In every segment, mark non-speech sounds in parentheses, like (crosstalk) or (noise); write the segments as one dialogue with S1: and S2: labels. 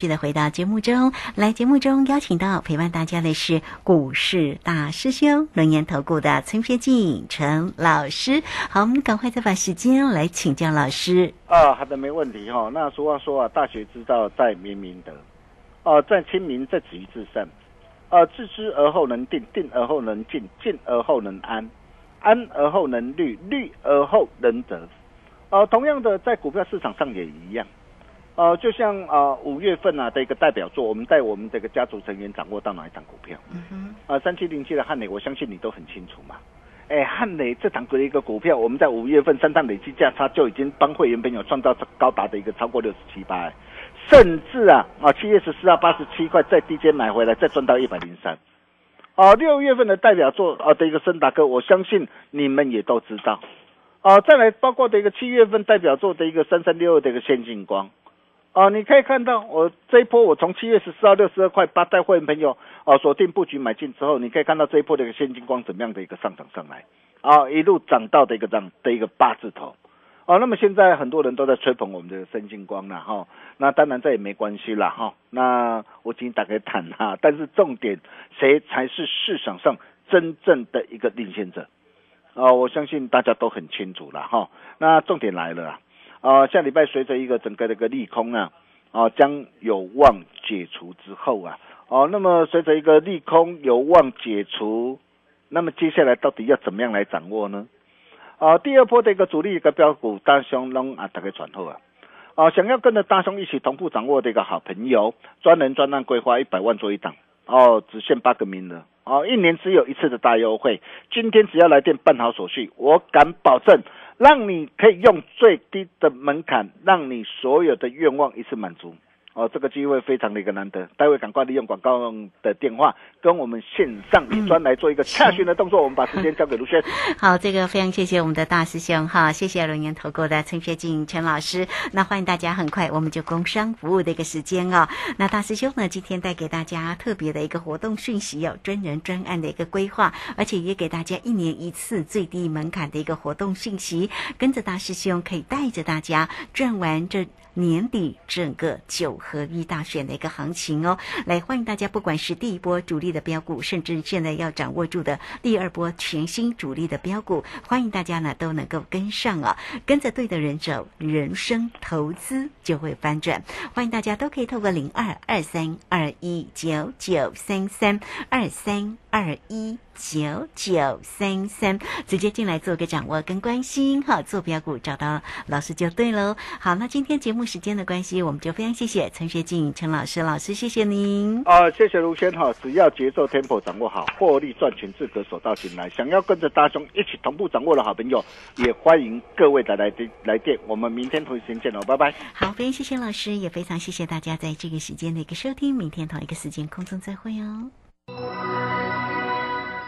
S1: 记得回到节目中来，节目中邀请到陪伴大家的是股市大师兄、轮研投顾的陈学进陈老师。好，我们赶快再把时间来请教老师。
S2: 啊，好的，没问题哈、哦。那俗话说啊，大学之道，在明明德。啊，在亲民，在止于至善。啊，知之而后能定，定而后能静，静而后能安，安而后能虑，虑而后能得。啊，同样的，在股票市场上也一样。呃，就像呃五月份啊的一个代表作，我们带我们这个家族成员掌握到哪一档股票？嗯啊，三七零七的汉磊，我相信你都很清楚嘛。哎，汉磊这档的一个股票，我们在五月份三趟累计价差就已经帮会员朋友创造高达的一个超过六十七八，甚至啊啊七月十四号八十七块在低阶买回来，再赚到一百零三。哦、啊，六月份的代表作啊的一个森达哥，我相信你们也都知道。啊，再来包括的一个七月份代表作的一个三三六二的一个先进光。哦，你可以看到我这一波，我从七月十四号六十二块八带会员朋友哦锁定布局买进之后，你可以看到这一波的一个现金光怎么样的一个上涨上来，啊、哦、一路涨到的一个涨的一个八字头，哦，那么现在很多人都在吹捧我们的深金光了哈、哦，那当然这也没关系啦哈、哦，那我请大家谈哈， (laughs) 但是重点谁才是市场上真正的一个领先者？哦，我相信大家都很清楚了哈，那重点来了啦。啊、呃，下礼拜随着一个整个的一个利空啊，啊、呃、将有望解除之后啊，哦、呃，那么随着一个利空有望解除，那么接下来到底要怎么样来掌握呢？啊，第二波的一个主力一个标股大熊龙啊，大概转后啊，啊，想要跟着大熊一起同步掌握的一个好朋友，专人专案规划一百万做一档，哦，只限八个名额。哦，一年只有一次的大优惠，今天只要来电办好手续，我敢保证，让你可以用最低的门槛，让你所有的愿望一次满足。哦，这个机会非常的一个难得，待会赶快利用广告的电话跟我们线上一专来做一个洽询的动作。嗯、我们把时间交给卢轩。
S1: (laughs) 好，这个非常谢谢我们的大师兄哈，谢谢龙岩投顾的陈学进陈老师。那欢迎大家，很快我们就工商服务的一个时间哦。那大师兄呢，今天带给大家特别的一个活动讯息、哦，有专人专案的一个规划，而且也给大家一年一次最低门槛的一个活动讯息。跟着大师兄可以带着大家赚完这。年底整个九合一大选的一个行情哦，来欢迎大家，不管是第一波主力的标股，甚至现在要掌握住的第二波全新主力的标股，欢迎大家呢都能够跟上啊、哦，跟着对的人走，人生投资就会翻转。欢迎大家都可以透过零二二三二一九九三三二三二一。九九三三，直接进来做个掌握跟关心哈，做标股找到老师就对喽。好，那今天节目时间的关系，我们就非常谢谢陈学静陈老师，老师谢谢您。
S2: 啊、呃，谢谢卢轩哈，只要节奏 tempo 掌握好，获利赚钱自个手到擒来。想要跟着大兄一起同步掌握的好朋友，也欢迎各位的来电来电。我们明天同一时间见喽，哦拜拜。
S1: 好，非常谢谢老师，也非常谢谢大家在这个时间的一个收听，明天同一个时间空中再会哦。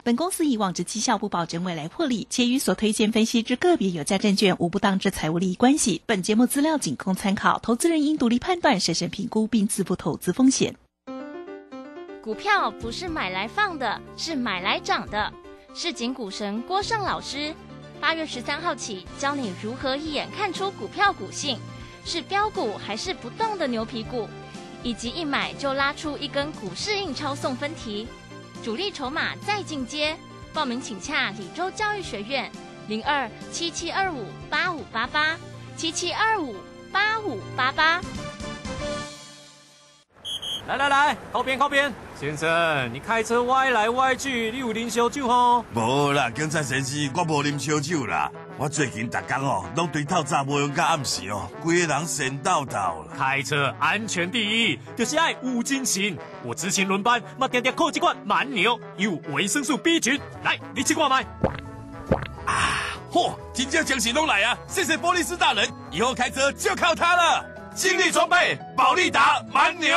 S3: 本公司以往之绩效不保证未来获利，且与所推荐分析之个别有价证券无不当之财务利益关系。本节目资料仅供参考，投资人应独立判断、审慎评估并自负投资风险。
S4: 股票不是买来放的，是买来涨的。市井股神郭胜老师，八月十三号起教你如何一眼看出股票股性，是标股还是不动的牛皮股，以及一买就拉出一根股市印钞送分题。主力筹码再进阶，报名请洽李州教育学院，零二七七二五八五八八七七二五八五八八。
S5: 来来来，靠边靠边，先生，你开车歪来歪去，你有啉烧酒吼？
S6: 无啦，警察先生，我无啉烧酒啦。我最近逐工哦，拢对透早无用到暗时哦，规个人神抖抖啦。
S5: 开车安全第一，就是爱五金型。我执勤轮班，嘛点点扣一罐蛮牛，有维生素 B 群。来，你吃看麦。
S6: 啊，嚯、哦，金价强起拢来啊！谢谢波利斯大人，以后开车就靠它了。精力充沛，保利达蛮牛。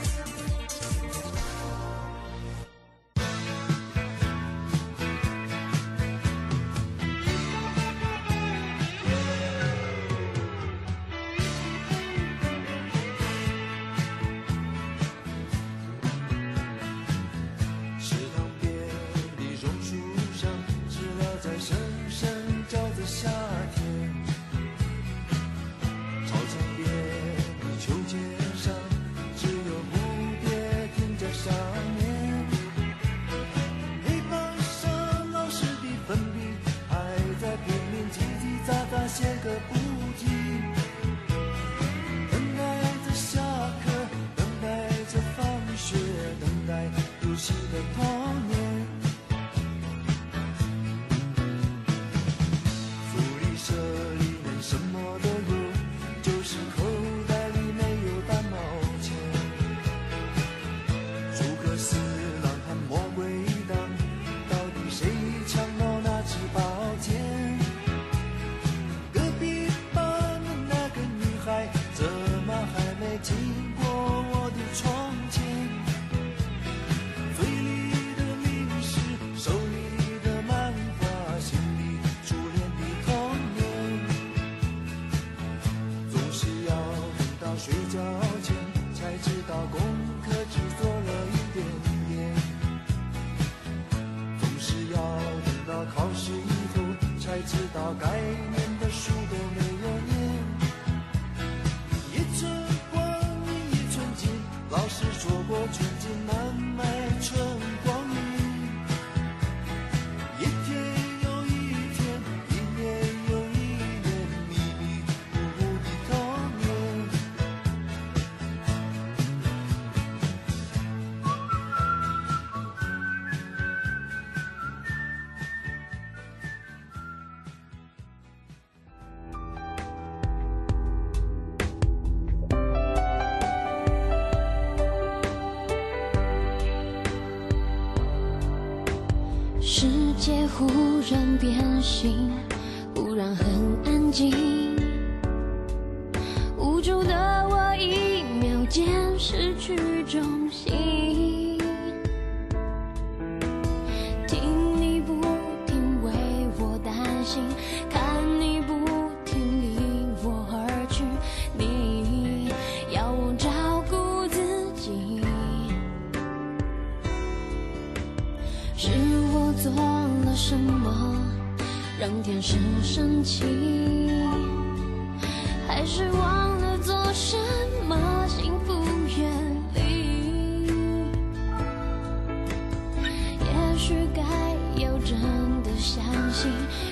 S7: 池塘边的榕树上，知了在声声叫着夏天。操场边的秋千上，只有蝴蝶停在上面。黑板上老师的粉笔还在拼命叽叽喳喳写个不停。等待着下课，等待着放学，等待游戏的童年。福利社里面什么都有，就是口袋里没有半毛钱。诸葛四郎和魔鬼党，到底谁抢了那支宝剑？隔壁班的那个女孩，怎么还没经过我的窗前？嘴里的零食，手里的漫画，心里初恋的童年，总是要等到睡觉前，才知道功课只做了一点点。总是要等到考试以后，才知道该念的书都没有念。一寸光阴一寸金，老师说过寸金难买寸光阴。一天又一天，一年又一年，迷迷糊糊的童年。
S8: 世界忽然变形，忽然很安静。无助的我一秒间失去重心。听你不停为我担心，看你不停离我而去。你要我照顾自己。是我做了什么让天使生气，还是忘了做什么幸福远离？也许该要真的相信，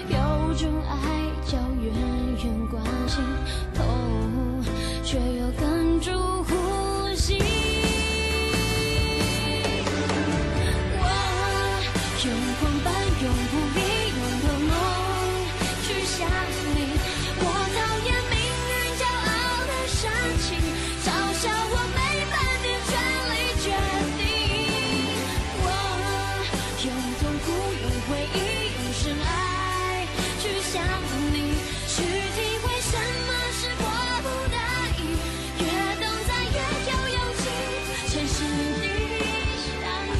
S8: 有种爱叫远远关心，痛却又哽住呼吸。我用光斑永不一样的梦去想你，我讨厌命运骄傲的神情，嘲笑我没半点权利决定。我用痛苦，用回忆，用深爱去想你，去体会什么是迫不得已，越等待越有勇气，诚实地想你。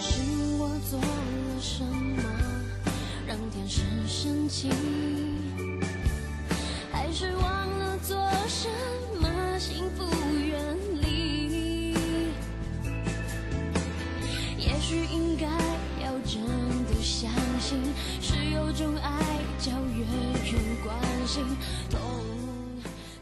S8: 是我做了什么让天使生气，还是忘了做什么幸福远离？也许应该要真的相信，是有种爱叫远远关心，痛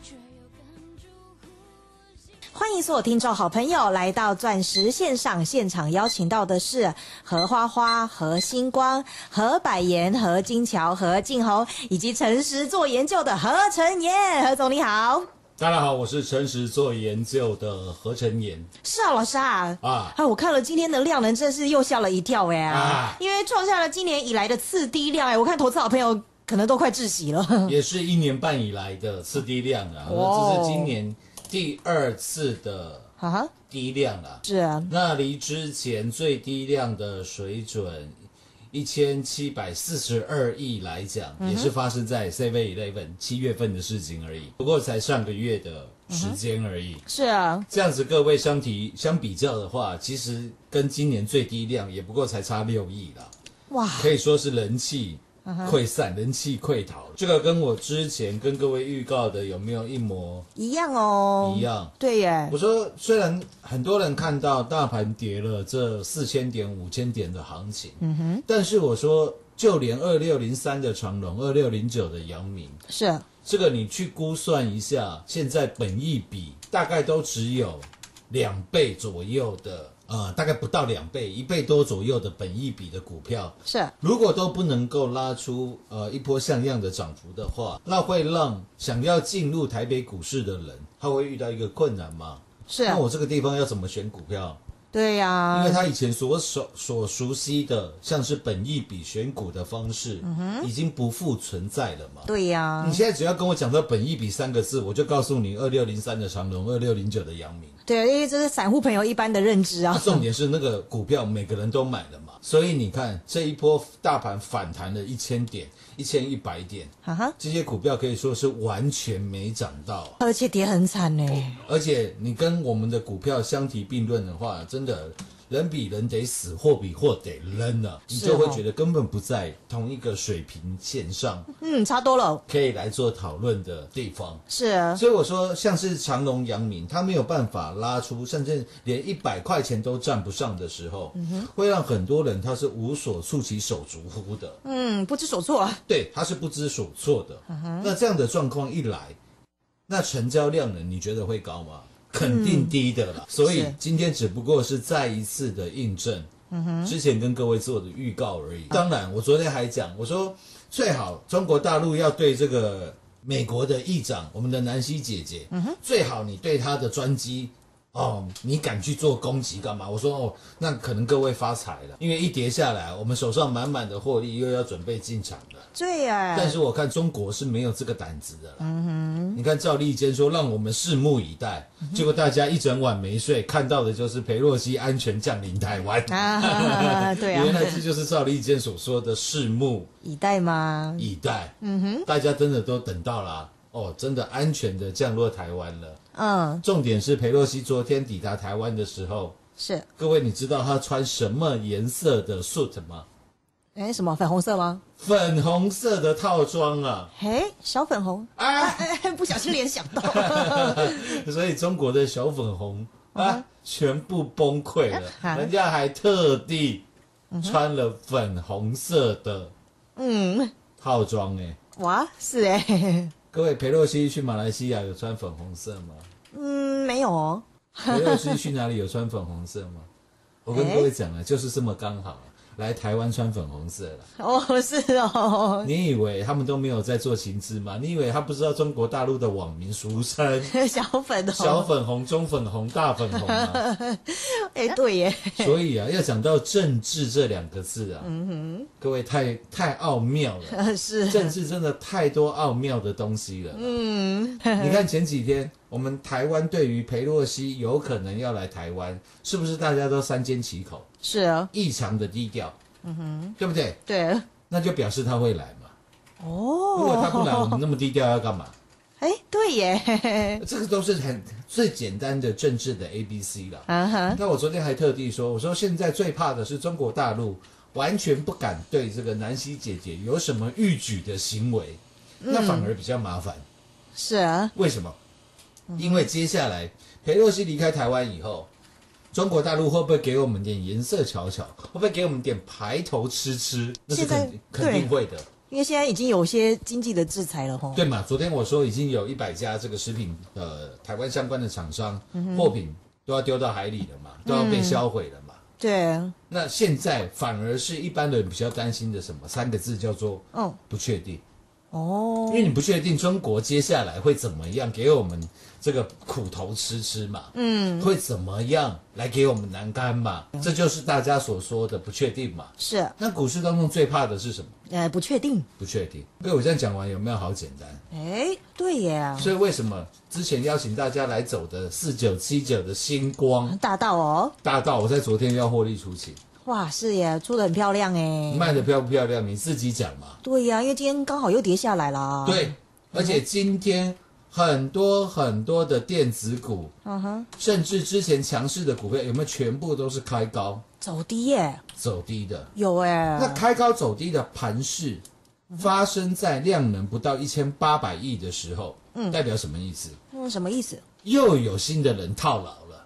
S8: 却又哽住呼吸。
S1: 欢
S9: 迎所有听众好朋友来到钻石线上现场，邀请到的是何花花、何星光、何百言、何金桥、何静红，以及诚实做研究的何成言。何总你好，
S10: 大家好，我是诚实做研究的何成言
S9: 是啊，老师啊，
S10: 啊，
S9: 啊，我看了今天的量能，真是又吓了一跳哎、
S10: 啊
S9: 因为创下了今年以来的次低量哎、我看投资好朋友可能都快窒息了。哦
S10: 也是一年半以来的次低量啊，
S9: 哇
S10: 这是今年第二次的
S9: 啊，
S10: 低量啊，
S9: 是啊，
S10: 那离之前最低量的水准一千七百四十二亿来讲，
S9: 嗯哼
S10: 也是发生在 Seven Eleven 七月份的事情而已，不过才上个月的时间而已。
S9: 是啊，
S10: 这样子，各位相提相比较的话，其实跟今年最低量也不过才差六亿啦，
S9: 哇，
S10: 可以说是人气
S9: 嗯哼
S10: 溃散、人气溃逃。这个跟我之前跟各位预告的有没有一模
S9: 一样哦，
S10: 一样？
S9: 对耶
S10: 我，说，虽然很多人看到大盘跌了这四千点、五千点的行情，
S9: 嗯哼，
S10: 但是我说，就连二六零三的长荣、二六零九的阳明，
S9: 是
S10: 这个你去估算一下，现在本益比大概都只有两倍左右的，呃，大概不到两倍，一倍多左右的本益比的股票，
S9: 是，
S10: 如果都不能够拉出呃一波像样的涨幅的话，那会让想要进入台北股市的人，他会遇到一个困难吗？
S9: 是啊
S10: 那我这个地方要怎么选股票？
S9: 对呀、
S10: 因为他以前所熟所熟悉的，像是本益比选股的方式，
S9: 嗯哼
S10: 已经不复存在了嘛。
S9: 对呀、
S10: 你现在只要跟我讲到本益比三个字，我就告诉你二六零三的长隆，二六零九的阳明。
S9: 对，因为这是散户朋友一般的认知啊。
S10: 重点是那个股票每个人都买了嘛，所以你看这一波大盘反弹了一千点、一千一百点，
S9: 哈哈，
S10: 这些股票可以说是完全没涨到啊。
S9: 而且跌很惨呢、
S10: 而且你跟我们的股票相提并论的话，真的人比人得死，货比货得扔啊，你
S9: 是
S10: 就会
S9: 哦
S10: 觉得根本不在同一个水平线上，
S9: 嗯，差多了，
S10: 可以来做讨论的地方。
S9: 是啊，
S10: 所以我说，像是长隆、阳明，他没有办法拉出，甚至连一百块钱都站不上的时候，
S9: 嗯哼
S10: 会让很多人他是无所措其手足乎的，
S9: 嗯，不知所措啊。
S10: 对，他是不知所措的。
S9: 嗯哼
S10: 那这样的状况一来，那成交量呢？你觉得会高吗？肯定低的啦。所以
S9: 嗯是
S10: 今天只不过是再一次的印证
S9: 嗯哼
S10: 之前跟各位做的预告而已。当然，我昨天还讲，我说最好中国大陆要对这个美国的议长，我们的南希姐姐，
S9: 嗯哼
S10: 最好你对她的专机。哦，你敢去做攻击干嘛？我说哦，那可能各位发财了，因为一跌下来，我们手上满满的获利又要准备进场了。
S9: 对呀、
S10: 但是我看中国是没有这个胆子的啦。
S9: 嗯
S10: 你看赵立坚说让我们拭目以待，结果大家一整晚没睡，看到的就是裴洛西安全降临台湾。
S9: 哼，啊，对啊，
S10: 原来这就是赵立坚所说的拭目
S9: 以待吗？
S10: 以待。
S9: 嗯哼，
S10: 大家真的都等到啦、哦，真的安全的降落台湾了。
S9: 嗯，
S10: 重点是裴洛西昨天抵达台湾的时候，
S9: 是，
S10: 各位你知道她穿什么颜色的 suit 吗？
S9: 哎，什么粉红色吗？
S10: 粉红色的套装啊。
S9: 哎，小粉红
S10: 啊，
S9: 哎不小心联想到，
S10: 所以中国的小粉红啊，全部崩溃
S9: 啊
S10: 了。人家还特地穿了粉红色的
S9: 嗯，
S10: 套装哎。
S9: 哇，是哎、
S10: 各位，裴洛西去马来西亚有穿粉红色吗？
S9: 嗯，没有哦，
S10: 裴洛西去哪里有穿粉红
S9: (laughs)
S10: 色吗？我跟
S9: 哎
S10: 各位讲了，就是这么刚好啊来台湾穿粉红色了。
S9: 哦，是哦，
S10: 你以为他们都没有在做情资吗？你以为他不知道中国大陆的网民俗称
S9: (laughs) 小粉红，
S10: 小，粉红、中粉红、大粉红吗？
S9: 哎，对耶，
S10: 所以啊，要讲到政治这两个字啊，
S9: 嗯
S10: 各位太太奥妙了。
S9: 哼， (laughs) 是，
S10: 政治真的太多奥妙的东西了。
S9: 嗯，
S10: (laughs) 你看前几天我们台湾对于裴洛西有可能要来台湾，是不是大家都三缄其口，
S9: 是啊，
S10: 异常的低调，
S9: 嗯哼，
S10: 对不对？
S9: 对，
S10: 那就表示他会来嘛。
S9: 哦，
S10: 如果他不来，我们那么低调要干嘛？
S9: 哎，对耶， (laughs)
S10: 这个都是很最简单的政治的 A B C 了。
S9: 啊哈，
S10: 那我昨天还特地说，我说现在最怕的是中国大陆完全不敢对这个南希姐姐有什么逾矩的行为，那反而比较麻烦。
S9: 嗯是啊，
S10: 为什么？因为接下来裴洛西离开台湾以后，中国大陆会不会给我们点颜色瞧瞧？会不会给我们点排头吃吃？那是
S9: 现在
S10: 肯定肯定
S9: 对
S10: 会的。
S9: 因为现在已经有些经济的制裁了吼。
S10: 对嘛？昨天我说已经有一百家这个食品呃台湾相关的厂商、
S9: 嗯哼
S10: 货品都要丢到海里了嘛，都要被
S9: 嗯
S10: 销毁了嘛。
S9: 对，
S10: 那现在反而是一般人比较担心的什么？三个字叫做
S9: 哦
S10: 不确定，
S9: 哦，
S10: 因为你不确定中国接下来会怎么样给我们这个苦头吃吃嘛，
S9: 嗯
S10: 会怎么样来给我们难堪嘛？这就是大家所说的不确定嘛。
S9: 是
S10: 那股市当中最怕的是什么？
S9: 呃不确定，
S10: 不确定。被我这样讲完有没有好简单？
S9: 哎，对耶，
S10: 所以为什么之前邀请大家来走的四九七九的星光
S9: 大道哦，
S10: 大道，我在昨天要获利出清，
S9: 哇是耶，出的很漂亮哎，
S10: 卖的漂不漂亮？你自己讲嘛。
S9: 对呀、因为今天刚好又跌下来嗯啦。，
S10: 对，而且今天很多很多的电子股，
S9: 嗯哼，
S10: 甚至之前强势的股票，有没有全部都是开高
S9: 走低耶，
S10: 走低的？
S9: 有哎，
S10: 那开高走低的盘势发生在量能不到一千八百亿的时候，
S9: 嗯
S10: 代表什么意思？
S9: 嗯什么意思？
S10: 又有新的人套牢了，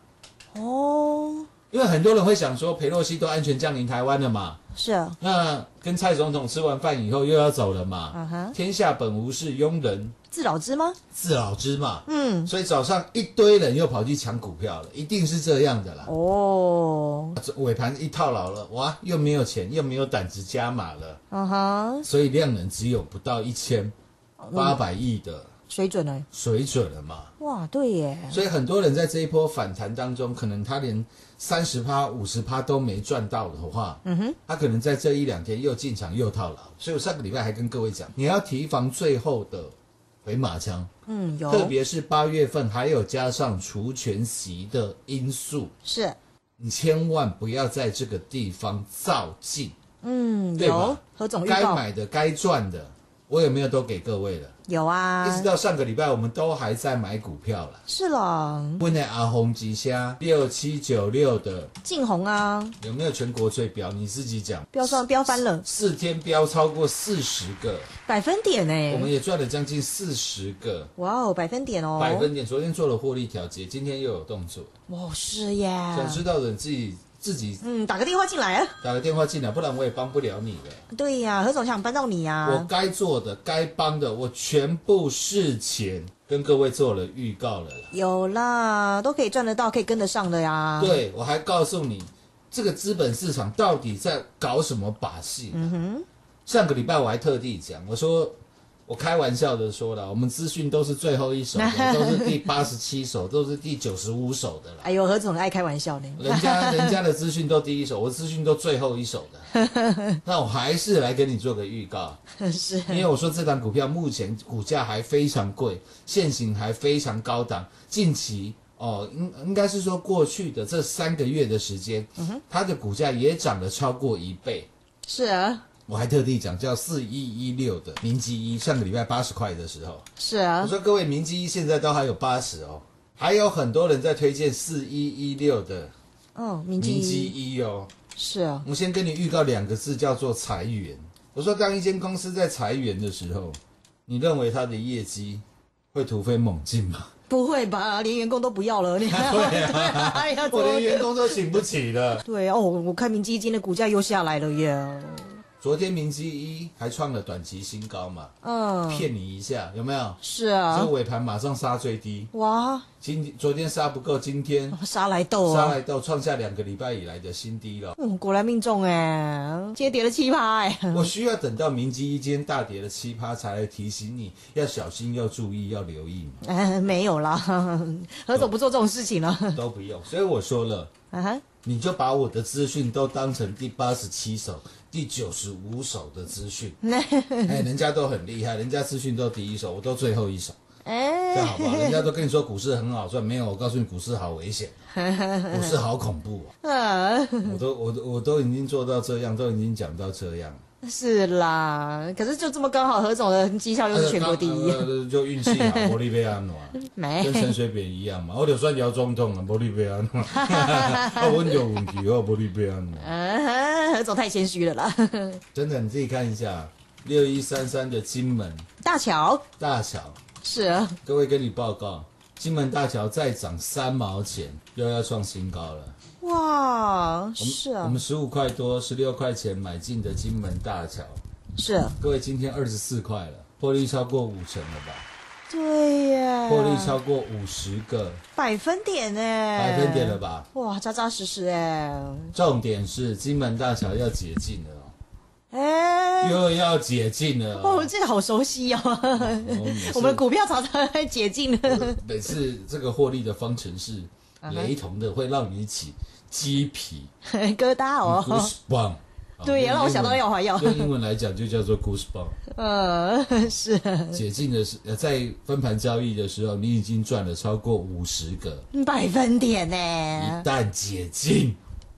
S9: 哦，
S10: 因为很多人会想说，裴洛西都安全降临台湾了嘛，
S9: 是，嗯
S10: 那跟蔡总统吃完饭以后又要走了嘛，
S9: 嗯哼，
S10: 天下本无事，庸人
S9: 自扰之吗？
S10: 自扰之嘛，
S9: 嗯，
S10: 所以早上一堆人又跑去抢股票了，一定是这样的啦。
S9: 哦，
S10: 尾盘一套牢了，哇，又没有钱，又没有胆子加码了，
S9: 嗯哼，
S10: 所以量能只有不到一千八百亿的
S9: 嗯水准呢？
S10: 水准了嘛。
S9: 哇，对耶，
S10: 所以很多人在这一波反弹当中，可能他连三十趴、五十趴都没赚到的话，
S9: 嗯哼，
S10: 他可能在这一两天又进场又套牢。所以我上个礼拜还跟各位讲，你要提防最后的回马枪。
S9: 嗯有，
S10: 特别是八月份，还有加上除权息的因素，
S9: 是，
S10: 你千万不要在这个地方造进，
S9: 嗯
S10: 对
S9: 有
S10: 吧，？
S9: 何总预
S10: 该
S9: 告
S10: 买的、该赚的，我有没有都给各位了？
S9: 有啊，
S10: 一直到上个礼拜，我们都还在买股票啦。
S9: 是啦，
S10: 问那阿红吉虾六七九六的
S9: 晋红啊，
S10: 有没有全国最标？你自己讲，
S9: 标上标翻了
S10: 四天标超过四十个，
S9: 百分点
S10: 我们
S9: 哎，
S10: 也赚了将近四十个
S9: 哇哦，百分点哦，
S10: 百分点。昨天做了获利调节，今天又有动作。
S9: 哦是耶，
S10: 想知道的你自己自己
S9: 嗯，打个电话进来啊，
S10: 打个电话进来，不然我也帮不了你了。
S9: 对呀，何总想帮到你
S10: 我
S9: 呀，
S10: 该做的、该帮的，我全部事前跟各位做了预告了啦。
S9: 有啦，都可以赚得到，可以跟得上的呀，，
S10: 对，我还告诉你，这个资本市场到底在搞什么把戏。
S9: 嗯哼，
S10: 上个礼拜我还特地讲，我说我开玩笑的说了，我们资讯都是最后一手
S9: (laughs)
S10: 的，都是第八十七手，都是第九十五手的啦。
S9: 哎呦，何总爱开玩笑呢，
S10: 人
S9: (laughs)
S10: 家人家的资讯都第一手，我资讯都最后一手的。
S9: (laughs)
S10: 那我还是来跟你做个预告，
S9: 是，
S10: 因为我说这档股票目前股价还非常贵，现行还非常高档，近期。哦，应应该是说过去的这三个月的时间，它的股价也涨了超过一倍。
S9: 嗯是啊，
S10: 我还特地讲叫四一一六的明基一，上个礼拜八十块的时候，
S9: 是啊
S10: 我，说各位明基一现在都还有八十哦，还有很多人在推荐四一一六的
S9: 嗯，明
S10: 明基
S9: 基
S10: 一哦。
S9: 是啊，
S10: 我先跟你预告两个字，叫做裁员。我说，当一间公司在裁员的时候，你认为它的业绩会突飞猛进吗？
S9: 不会吧，连员工都不要了，
S10: (laughs)
S9: 你看，对 (laughs) 啊，哎呀，
S10: 我
S9: 怎么
S10: 连员工都请不起了。
S9: 对哦，我看明基金的股价又下来了耶，
S10: 昨天明基一还创了短期新高嘛，
S9: 嗯，
S10: 骗你一下有没有？
S9: 是
S10: 这
S9: 啊，
S10: 尾盘马上杀最低，
S9: 哇，
S10: 今昨天杀不够，今天
S9: 杀来斗
S10: 杀
S9: 啊
S10: 来！到创下两个礼拜以来的新低了。
S9: 嗯，果然命中哎、今天跌了七趴哎、
S10: 我需要等到明基一今天大跌了七趴才来提醒你要小心、要注意、要留意嘛。
S9: 哎没有啦，何总不做这种事情了。
S10: 都不用。所以我说了，
S9: 啊哈，
S10: 你就把我的资讯都当成第八十七手、第九十五手的资
S9: (laughs)
S10: 讯。哎，人家都很厉害，人家资讯都第一手，我都最后一手，这样好不好？人家
S9: (laughs) 哎，
S10: 都跟你说股市很好赚，没有，我告诉你股市好危
S9: (laughs)
S10: 险，股市好恐怖哦。
S9: 啊，
S10: 我都我都我都已经做到这样，都已经讲到这样，
S9: 是啦，可是就这么刚好，何总的绩效又是全国第一，
S10: 呃呃就运气好，玻利维亚暖。
S9: 没
S10: 跟陈水扁一样嘛，我就算摇中痛了，玻利维亚暖，啊，我有问题，我玻利维亚暖。
S9: 啊，何总太谦虚了啦。
S10: 真的，你自己看一下，六一三三的金门
S9: 大乔
S10: 大桥，
S9: 是啊，
S10: 各位跟你报告，金门大桥再涨三毛钱，又要创新高了。
S9: 哇，
S10: 我们
S9: 是
S10: 我
S9: 啊
S10: 们，十五块多、十六块钱买进的金门大桥，
S9: 是
S10: 各位今天二十四块了，获利超过五成了吧？
S9: 对耶，
S10: 获利超过五十个
S9: 百分点呢，
S10: 百分点了吧？
S9: 哇，扎扎实实哎，
S10: 重点是金门大桥要解禁了哦、
S9: 哎，
S10: 又要解禁了
S9: 哇，
S10: 哦、
S9: 我这个好熟悉哦， (laughs) 我们的股票常常在解禁了，
S10: 每次这个获利的方程式
S9: 嗯哼
S10: 雷同的，会让你起鸡皮
S9: (laughs) 疙瘩
S10: 不
S9: 哦
S10: 是，bomb。
S9: 对也让我想到要还药
S10: 用英文来讲就叫做 goose bump。
S9: 呃，是，
S10: 解禁的时，呃在分盘交易的时候，你已经赚了超过五十个。
S9: 百分点
S10: 一
S9: 呢，
S10: 旦解禁，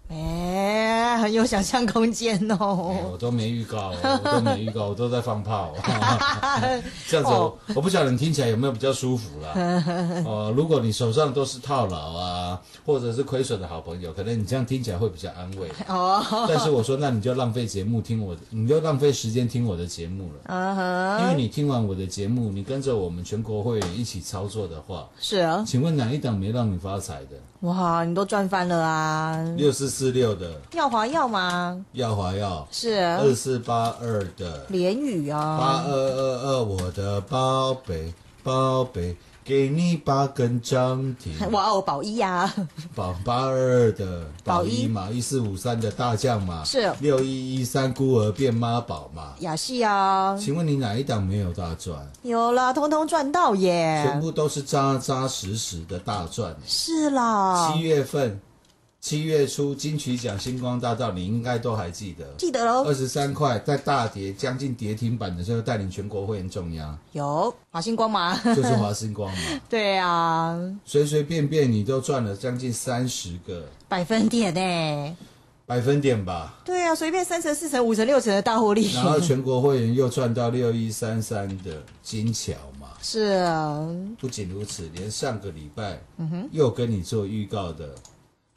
S9: 哎，很有想象空间哦，
S10: 哎我都没预告哦，我都没预
S9: (laughs)
S10: 告，我都在放炮哦。这样子
S9: 哦
S10: 我，我不晓得你听起来有没有比较舒服啦。
S9: (laughs)
S10: 哦，如果你手上都是套牢啊，或者是亏损的好朋友，可能你这样听起来会比较安慰。
S9: 哦，
S10: 但是我说，那你就浪费节目听我的，你就浪费时间听我的节目了。
S9: 嗯
S10: 因为
S9: 哼，
S10: 你听完我的节目，你跟着我们全国会员一起操作的话，
S9: 是啊，
S10: 请问哪一档没让你发财的？
S9: 哇，你都赚翻了啊，
S10: 六四四六的
S9: 要还药吗？
S10: 耀华耀，
S9: 是
S10: 二四八二的
S9: 连雨
S10: 八
S9: 啊
S10: 二，二二，我的宝贝宝贝，给你八根涨停。
S9: (laughs) 哇哦，宝一啊，
S10: 宝八二二的
S9: 宝
S10: 宝
S9: 一
S10: 一嘛，一四五三的大将嘛，
S9: 是
S10: 六一一三孤儿变妈宝嘛。
S9: 雅戏啊，
S10: 请问你哪一档没有大赚？
S9: 有啦，通通赚到
S10: 全
S9: 耶！
S10: 部都是扎扎实实的大赚。
S9: 是啦
S10: 七，月份，七月初金曲奖星光大道，你应该都还记得。
S9: 记得
S10: 二
S9: 喽，
S10: 十三块，在大跌将近跌停板的时候，带领全国会员重压，
S9: 有华星光嘛？
S10: 就是华星光嘛，
S9: (laughs) 对啊，
S10: 随随便便你都赚了将近三十个
S9: 百分点呢？
S10: 百分点吧，
S9: 对啊，随便三成、四成、五成、六成的大获利，
S10: 然后全国会员又赚到六一三三的金桥嘛。
S9: 是啊，嗯
S10: 不仅如此，连上个礼拜又跟你做预告的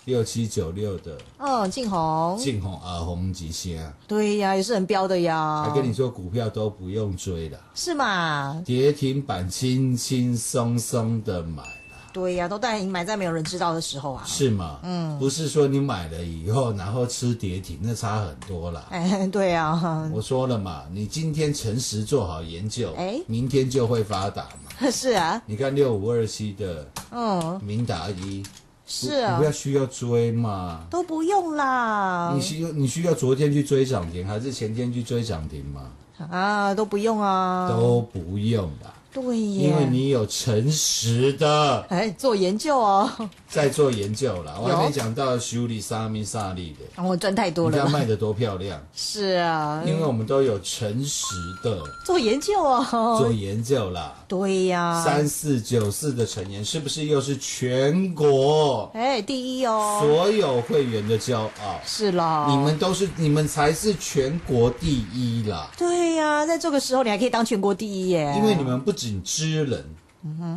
S10: 六七九六的
S9: 嗯，静红，
S10: 晋红阿红吉虾，
S9: 对呀、也是很标的呀，
S10: 还跟你说股票都不用追了。
S9: 是嘛？
S10: 跌停板轻轻松松的买啦，
S9: 对呀、都带你买在没有人知道的时候啊，
S10: 是吗？嗯，不是说你买了以后然后吃跌停，那差很多啦。
S9: 哎，对啊，
S10: 我说了嘛，你今天诚实做好研究，
S9: 哎
S10: 明天就会发达嘛。
S9: (laughs) 是啊，
S10: 你看六五二七的
S9: 嗯，
S10: 明达一，
S9: 是啊
S10: 不，要需要追嘛。
S9: 都不用啦
S10: 你，需要你需要昨天去追涨停，还是前天去追涨停吗？
S9: 啊，都不用啊，
S10: 都不用啦，
S9: 对耶，
S10: 因为你有诚实的
S9: 哎做研究哦，
S10: (laughs) 在做研究啦。我还
S9: 有哦
S10: 没讲到修理沙弥萨利的，
S9: 我赚太多
S10: 你
S9: 了
S10: 看
S9: 啦，
S10: 卖的多漂亮，
S9: 是啊，
S10: 因为我们都有诚实的
S9: 做研究哦
S10: 做，研究啦。
S9: 对呀，
S10: 三四九四的成员是不是又是全国
S9: 哎第一哦，
S10: 所有会员的骄傲？
S9: 是啦，
S10: 你们都是，你们才是全国第一啦！
S9: 对呀、在这个时候你还可以当全国第一耶！嗯
S10: 因为你们不仅知人，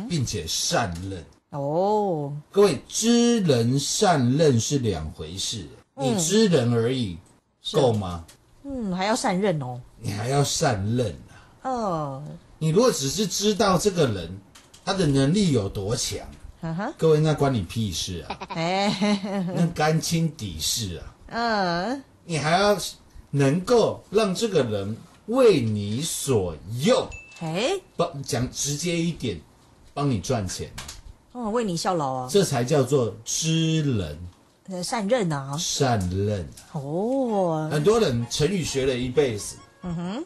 S10: 并且善任。
S9: 哦，
S10: 各位，知人善任是两回事，你知人而已，够吗？
S9: 嗯，还要善任哦。
S10: 你还要善任啊！
S9: 嗯，
S10: 你如果只是知道这个人他的能力有多强，
S9: 哈啊哈，
S10: 各位那关你屁事啊！
S9: (laughs) 哎，嘿嘿嘿
S10: 那干亲底事啊！
S9: 嗯，
S10: 你还要能够让这个人为你所用，
S9: 哎，
S10: 帮讲直接一点，帮你赚钱，
S9: 嗯，为你效劳啊，
S10: 这才叫做知人
S9: 呃善任啊，
S10: 善任。啊
S9: 哦，
S10: 很多人成语学了一辈子，嗯哼，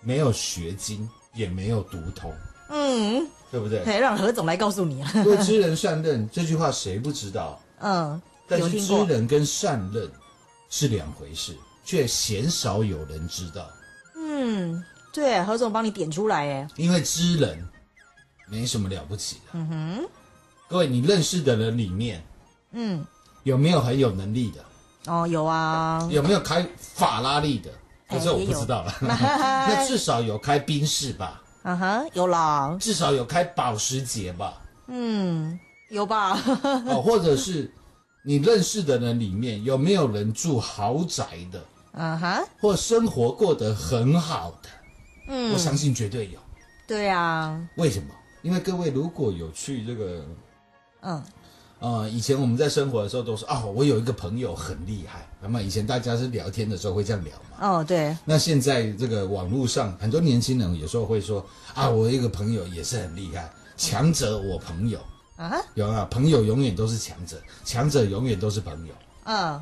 S10: 没有学精，也没有读通，
S9: 嗯，
S10: 对不对？
S9: 哎，让何总来告诉
S10: (laughs)
S9: 你啊，
S10: 对，知人善任这句话谁不知道？
S9: 嗯，
S10: 但
S9: 有
S10: 是
S9: 听
S10: 知
S9: 过，
S10: 人跟善任是两回事，却鲜少有人知道，
S9: 嗯，对，何总帮你点出来，哎，
S10: 因为知人没什么了不起的。
S9: 嗯哼，
S10: 各位，你认识的人里面
S9: 嗯，
S10: 有没有很有能力的？
S9: 哦，有啊，
S10: 有没有开法拉利的？
S9: 哎
S10: 可是我
S9: 也
S10: 不
S9: 有
S10: 知道了。
S9: 那
S10: (laughs) 那至少有开宾士吧，
S9: 啊哈，有啦，
S10: 至少有开保时捷吧。
S9: 嗯，有吧，
S10: (laughs) 哦，或者是你认识的人里面有没有人住豪宅的，
S9: 啊哈，
S10: 或生活过得很好的？
S9: 嗯
S10: 我，相信绝对有。
S9: 对啊，
S10: 为什么？因为各位如果有去这个
S9: 嗯，
S10: 呃，以前我们在生活的时候都说，哦，我有一个朋友很厉害。那么以前大家是聊天的时候会这样聊嘛。
S9: 哦，对，
S10: 那现在这个网络上很多年轻人有时候会说啊，我有一个朋友也是很厉害，强者我朋友
S9: 啊，
S10: 有啊，朋友永远都是强者，强者永远都是朋友
S9: 嗯，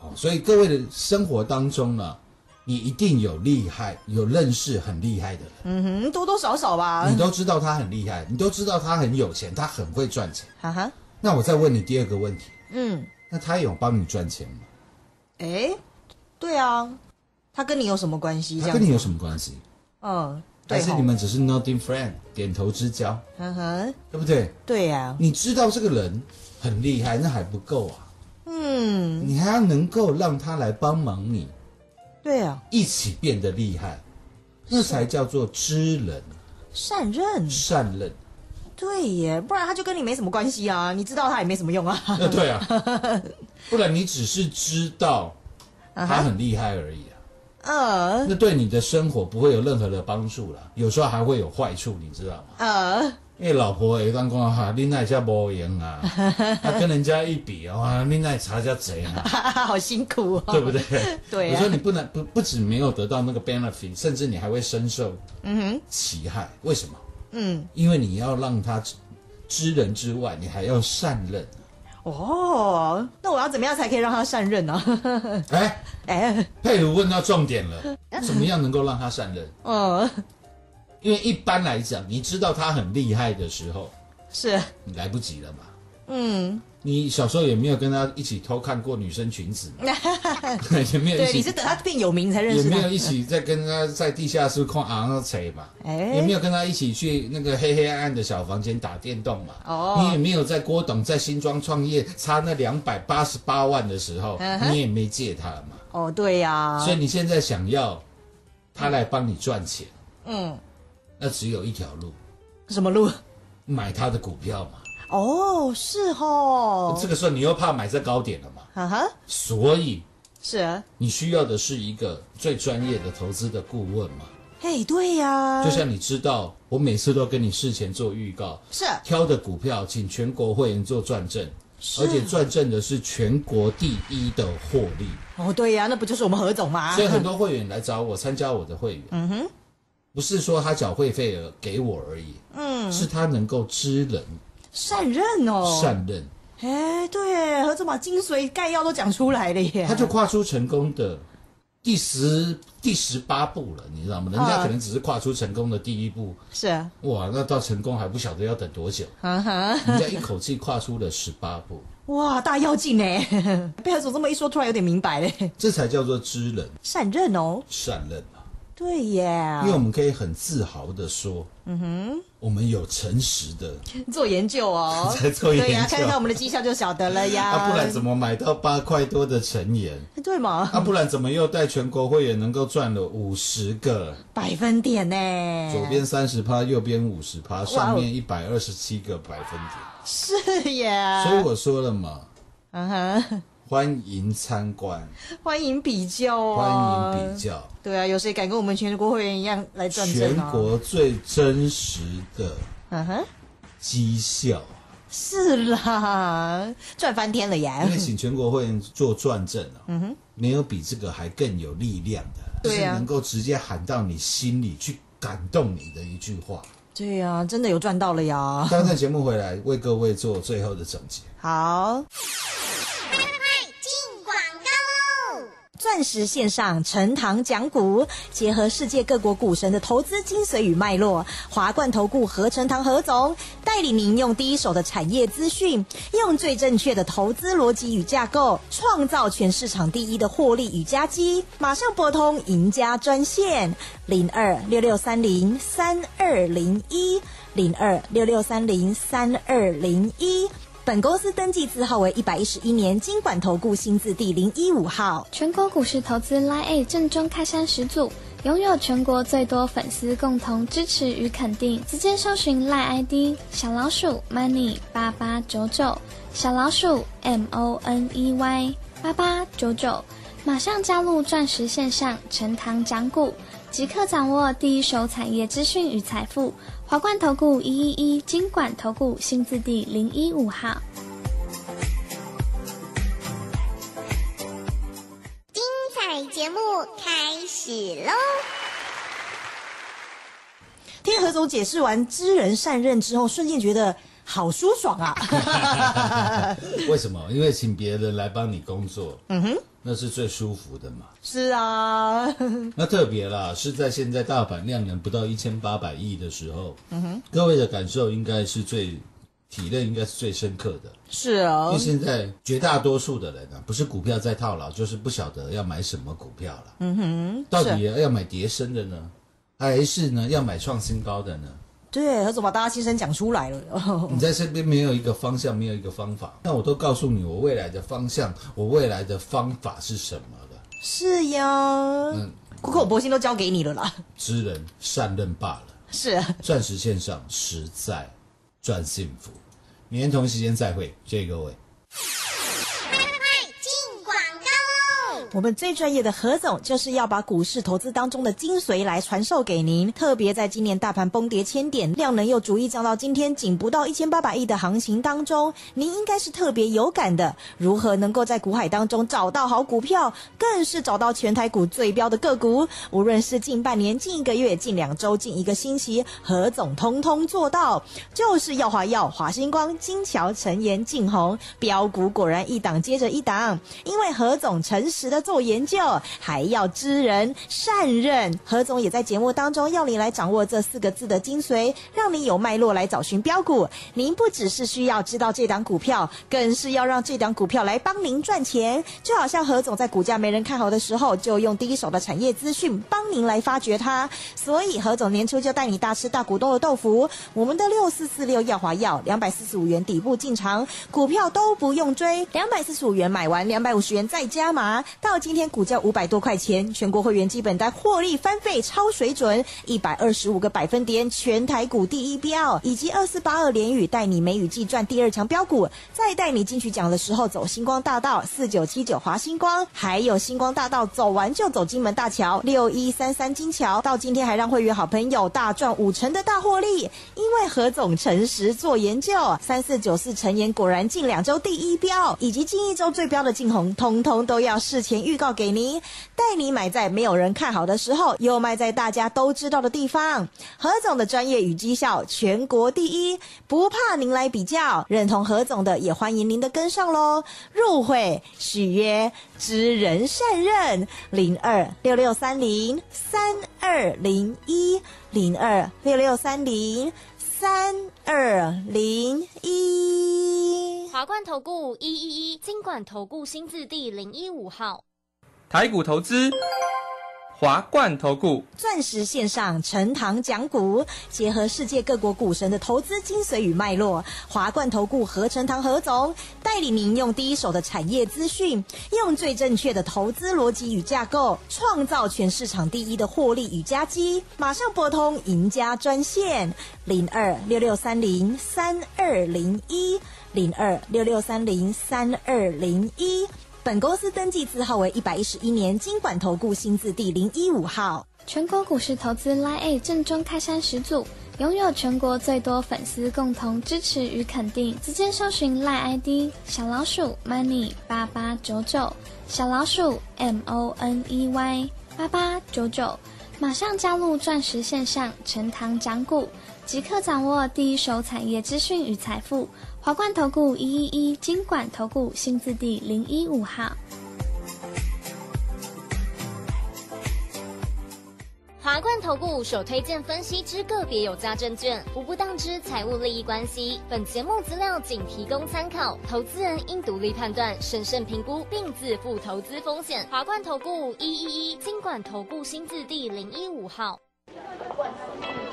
S10: 哦。所以各位的生活当中呢，你一定有厉害，有认识很厉害的人，
S9: 嗯哼，多多少少吧
S10: 你，都知道他很厉害，你都知道他很有钱，他很会赚钱。
S9: 哈哈，
S10: 那我再问你第二个问题，
S9: 嗯，
S10: 那他有帮你赚钱吗？
S9: 哎，对啊，他跟你有什么关系？这
S10: 他
S9: 样
S10: 跟你
S9: 子，
S10: 有什么关系？
S9: 嗯，
S10: 还
S9: 对
S10: 是
S9: 吼
S10: 你，们只是 nothing friend，点头之交，
S9: 嗯哼，
S10: 对不对？
S9: 对呀，
S10: 你知道这个人很厉害，那还不够啊，
S9: 嗯，
S10: 你还要能够让他来帮忙你，
S9: 对啊，
S10: 一起变得厉害，那才叫做知人
S9: 善任，
S10: 善任。
S9: 对耶，不然他就跟你没什么关系啊，你知道他也没什么用啊，
S10: 那对啊，
S9: (laughs)
S10: 不然你只是知道
S9: 啊
S10: 他
S9: 哈，
S10: 很厉害而已啊，
S9: 呃
S10: 那对你的生活不会有任何的帮助啦，有时候还会有坏处，你知道吗？
S9: 呃，
S10: 因为老婆有当讲哈，你那下无用
S9: (laughs)
S10: 啊，他跟人家一比啊，你那差价贼啊。
S9: 哈哈， (laughs) 好辛苦哦，
S10: 对不对？
S9: (laughs) 对啊
S10: 我说你不能不不止没有得到那个 benefit，甚至你还会深受
S9: 嗯哼，
S10: 其害。为什么？
S9: 嗯，
S10: 因为你要让他知知人之外，你还要善任。
S9: 哦，那我要怎么样才可以让他善任呢、啊？
S10: (laughs) 哎，
S9: (laughs) 哎，
S10: 佩如问到重点了，
S9: (laughs)
S10: 怎么样能够让他善任？
S9: 嗯，
S10: 因为一般来讲，你知道他很厉害的时候，
S9: 是，
S10: 你来不及了嘛。
S9: 嗯，
S10: 你小时候也没有跟他一起偷看过女生裙子
S9: (laughs)
S10: 嘛，也没有一
S9: 对，
S10: 起，
S9: 你是等他变有名才认
S10: 也
S9: 识他，
S10: 没有一起在跟他在地下室啊逛昂昂贼嘛。也
S9: 哎
S10: 没，有跟他一起去那个黑黑暗暗的小房间打电动嘛？
S9: 哦
S10: 你也没有在郭董在新庄创业差那两百八十八万的时候，
S9: 嗯哼
S10: 你也没借他嘛？
S9: 哦，对呀、
S10: 所以你现在想要他来帮你赚钱，
S9: 嗯，
S10: 那只有一条路，
S9: 什么路？
S10: 买他的股票嘛。
S9: 哦，是哦，
S10: 这个时候你又怕买在高点了嘛？
S9: 哈哈，
S10: 所以
S9: 是，啊
S10: 你需要的是一个最专业的投资的顾问嘛？
S9: 嘿，对呀、
S10: 就像你知道，我每次都跟你事前做预告，
S9: 是
S10: 挑的股票，请全国会员做转正，
S9: 是
S10: 而且转正的是全国第一的获利，
S9: 哦，对呀、那不就是我们何总吗？
S10: 所以很多会员来找我参加我的会员，
S9: 啊嗯哼，
S10: 不是说他缴会费而给我而已，
S9: 嗯，
S10: 是他能够知人
S9: 善任哦，，
S10: 善任，
S9: 哎，对，何总把精髓概要都讲出来了耶，
S10: 他就跨出成功的第十第十八步了，你知道吗？人家
S9: 啊
S10: 可能只是跨出成功的第一步，
S9: 是，嗯
S10: 哇，那到成功还不晓得要等多久，
S9: 哼。
S10: 人家一口气跨出了十八步，
S9: 哇，大妖精呢？被何总这么一说，突然有点明白嘞。
S10: 这才叫做知人
S9: 善任哦，
S10: 善任啊。
S9: 对耶
S10: 因，为我们可以很自豪的说，
S9: 嗯哼，
S10: 我们有诚实的，，
S9: 做研究哦
S10: 在做研究
S9: 对呀、看看我们的绩效就晓得了呀。哎
S10: 啊，不然怎么买到八块多的成盐？
S9: 对嘛？
S10: 啊，不然怎么又带全国会员能够赚了五十个？
S9: 百分点呢？
S10: 左边三十趴，右边五十趴，上
S9: 哇哦
S10: 面一百二十七个百分点。
S9: 是耶，
S10: 所以我说了嘛，
S9: 嗯哼，
S10: 欢迎参观，
S9: 欢迎比较哦，
S10: 欢迎比。较，
S9: 对啊，有谁敢跟我们全国会员一样来赚
S10: 全
S9: 钱啊？
S10: 国最真实的
S9: 嗯哼，
S10: 绩效。啊
S9: 是啦，赚翻天了呀
S10: 因！为请全国会员做转正啊，
S9: 嗯哼，
S10: 没有比这个还更有力量的，
S9: 对啊
S10: 就是能够直接喊到你心里去感动你的一句话。
S9: 对呀、真的有赚到了呀。
S10: 刚才节目回来为各位做最后的总结，
S9: 好。
S11: 进广告喽！
S9: 钻石线上陈堂讲股，结合世界各国股神的投资精髓与脉络，华冠投顾何成堂何总带领您用第一手的产业资讯，用最正确的投资逻辑与架构，创造全市场第一的获利与佳绩。马上拨通赢家专线零二六六三零三二零一零二六六三零三二零一。本公司登记字号为一百一十一年经管投顾新字第零一五号。
S12: 全国股市投资 Line A 正宗开山始祖，拥有全国最多粉丝共同支持与肯定。直接搜寻 Line ID 小老鼠 Money 八八九九，小老鼠 M O N E Y 八八九九，马上加入钻石线上陈堂讲股，即刻掌握第一手产业资讯与财富。华冠投顾一一一金管投顾新字第零一五号。
S13: 喜喽！
S9: 听何总解释完知人善任之后，瞬间觉得好舒爽啊！
S10: 为什么？因为请别人来帮你工作，
S9: 嗯哼，
S10: 那是最舒服的嘛。
S9: 是啊， (laughs)
S10: 那特别啦，是在现在大盘量能不到一千八百亿的时候，
S9: 嗯哼，
S10: 各位的感受应该是最体认应该是最深刻的。
S9: 是
S10: 因
S9: 哦
S10: 为，现在绝大多数的人啊，不是股票在套牢，就是不晓得要买什么股票了。
S9: 嗯哼，
S10: 到
S9: 是
S10: 底要买跌升的呢，还是呢要买创新高的呢？
S9: 对何总把大家心声讲出来了。
S10: 你在身边没有一个方向，没有一个方法。那我都告诉你，我未来的方向，我未来的方法是什么了？
S9: 是呀，
S10: 嗯，
S9: 苦口婆心都交给你了啦。
S10: 知人善任罢了。
S9: 是啊，
S10: 钻石线上实在赚幸福。明天同一时间再会，谢谢各位。
S13: 进广告喽！
S9: 我们最专业的何总就是要把股市投资当中的精髓来传授给您。特别在今年大盘崩跌千点，量能又逐一降到今天仅不到一千八百亿的行情当中，您应该是特别有感的。如何能够在股海当中找到好股票，更是找到全台股最标的个股？无论是近半年、近一个月、近两周、近一个星期，何总通通做到，就是耀华耀、华星光、金桥、陈岩、晋宏标股，果然一档接着一档。因为何总诚实的做研究，还要知人善任。何总也在节目当中要你来掌握这四个字的精髓，让你有脉络来找寻标股。您不只是需要知道这档股票，更是要让这档股票来帮您赚钱。就好像何总在股价没人看好的时候，就用第一手的产业资讯帮您来发掘它。所以何总年初就带你大吃大股东的豆腐。我们的六四四六耀华药两百四十五元底部进场，股票都不用追，两百四十五元买完，两百五十元再加码，到今天股价五百多块钱，全国会员基本单获利翻倍，超水准，一百二十五个百分点，全台股第一标，以及二四八二联宇带你梅雨季赚第二强标股，再带你进去讲的时候走星光大道四九七九华星光，还有星光大道走完就走金门大桥六一三三金桥，到今天还让会员好朋友大赚五成的大获利，因为何总诚实做研究，三四九四陈研果然近两周第一标，以及近一周最标的近红，通通都要事前预告给您，带你买在没有人看好的时候，又卖在大家都知道的地方。何总的专业与绩效全国第一，不怕您来比较，认同何总的也欢迎您的跟上喽。入会许约知人善任，零二六六三零三二零一零二六六三零三二零一。
S4: 华冠投顾一一一金管投顾新字第零一五号，
S14: 台股投资，华冠投顾。
S9: 钻石线上陈堂讲股，结合世界各国股神的投资精髓与脉络，华冠投顾何成堂何总带领您用第一手的产业资讯，用最正确的投资逻辑与架构，创造全市场第一的获利与佳绩。马上拨通赢家专线零二六六三零三二零一零二六六三零三二零一。本公司登记字号为一百一十一年经管投顾新字第零一五号。
S12: 全国股市投资 Line A 正宗开山始祖，拥有全国最多粉丝共同支持与肯定。直接搜寻 Line ID 小老鼠 Money 八八九九，小老鼠 M O N E Y 八八九九，马上加入钻石线上陈堂讲股，即刻掌握第一手产业资讯与财富。华冠投顾一一一金管投顾新字第零一五号。
S4: 华冠投顾首推荐分析之个别有价证券，无不当之财务利益关系。本节目资料仅提供参考，投资人应独立判断、审慎评估，并自负投资风险。华冠投顾一一一金管投顾新字第零一五号。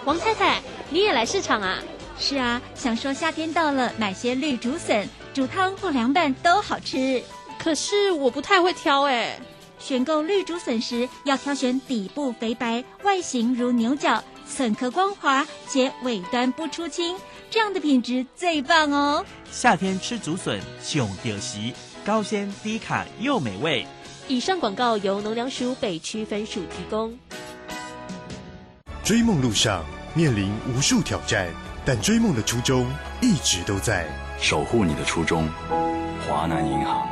S15: 王太太，你也来市场啊？是啊，想说夏天到了，买些绿竹笋，煮汤或凉拌都好吃。可是我不太会挑哎。选购绿竹笋时，要挑选底部肥白、外形如牛角、笋壳光滑且尾端不出青，这样的品质最棒哦。
S16: 夏天吃竹笋，熊丢席，高纤低卡又美味。
S17: 以上广告由农粮署北区分署提供。
S18: 追梦路上面临无数挑战，但追梦的初衷一直都在。
S19: 守护你的初衷。华南银行。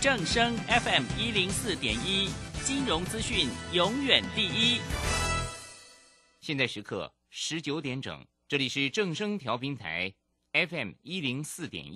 S20: 正声 FM 一零四点一，金融资讯永远第一。
S14: 现在时刻十九点整，这里是正声调频台 FM 哎一零四点一。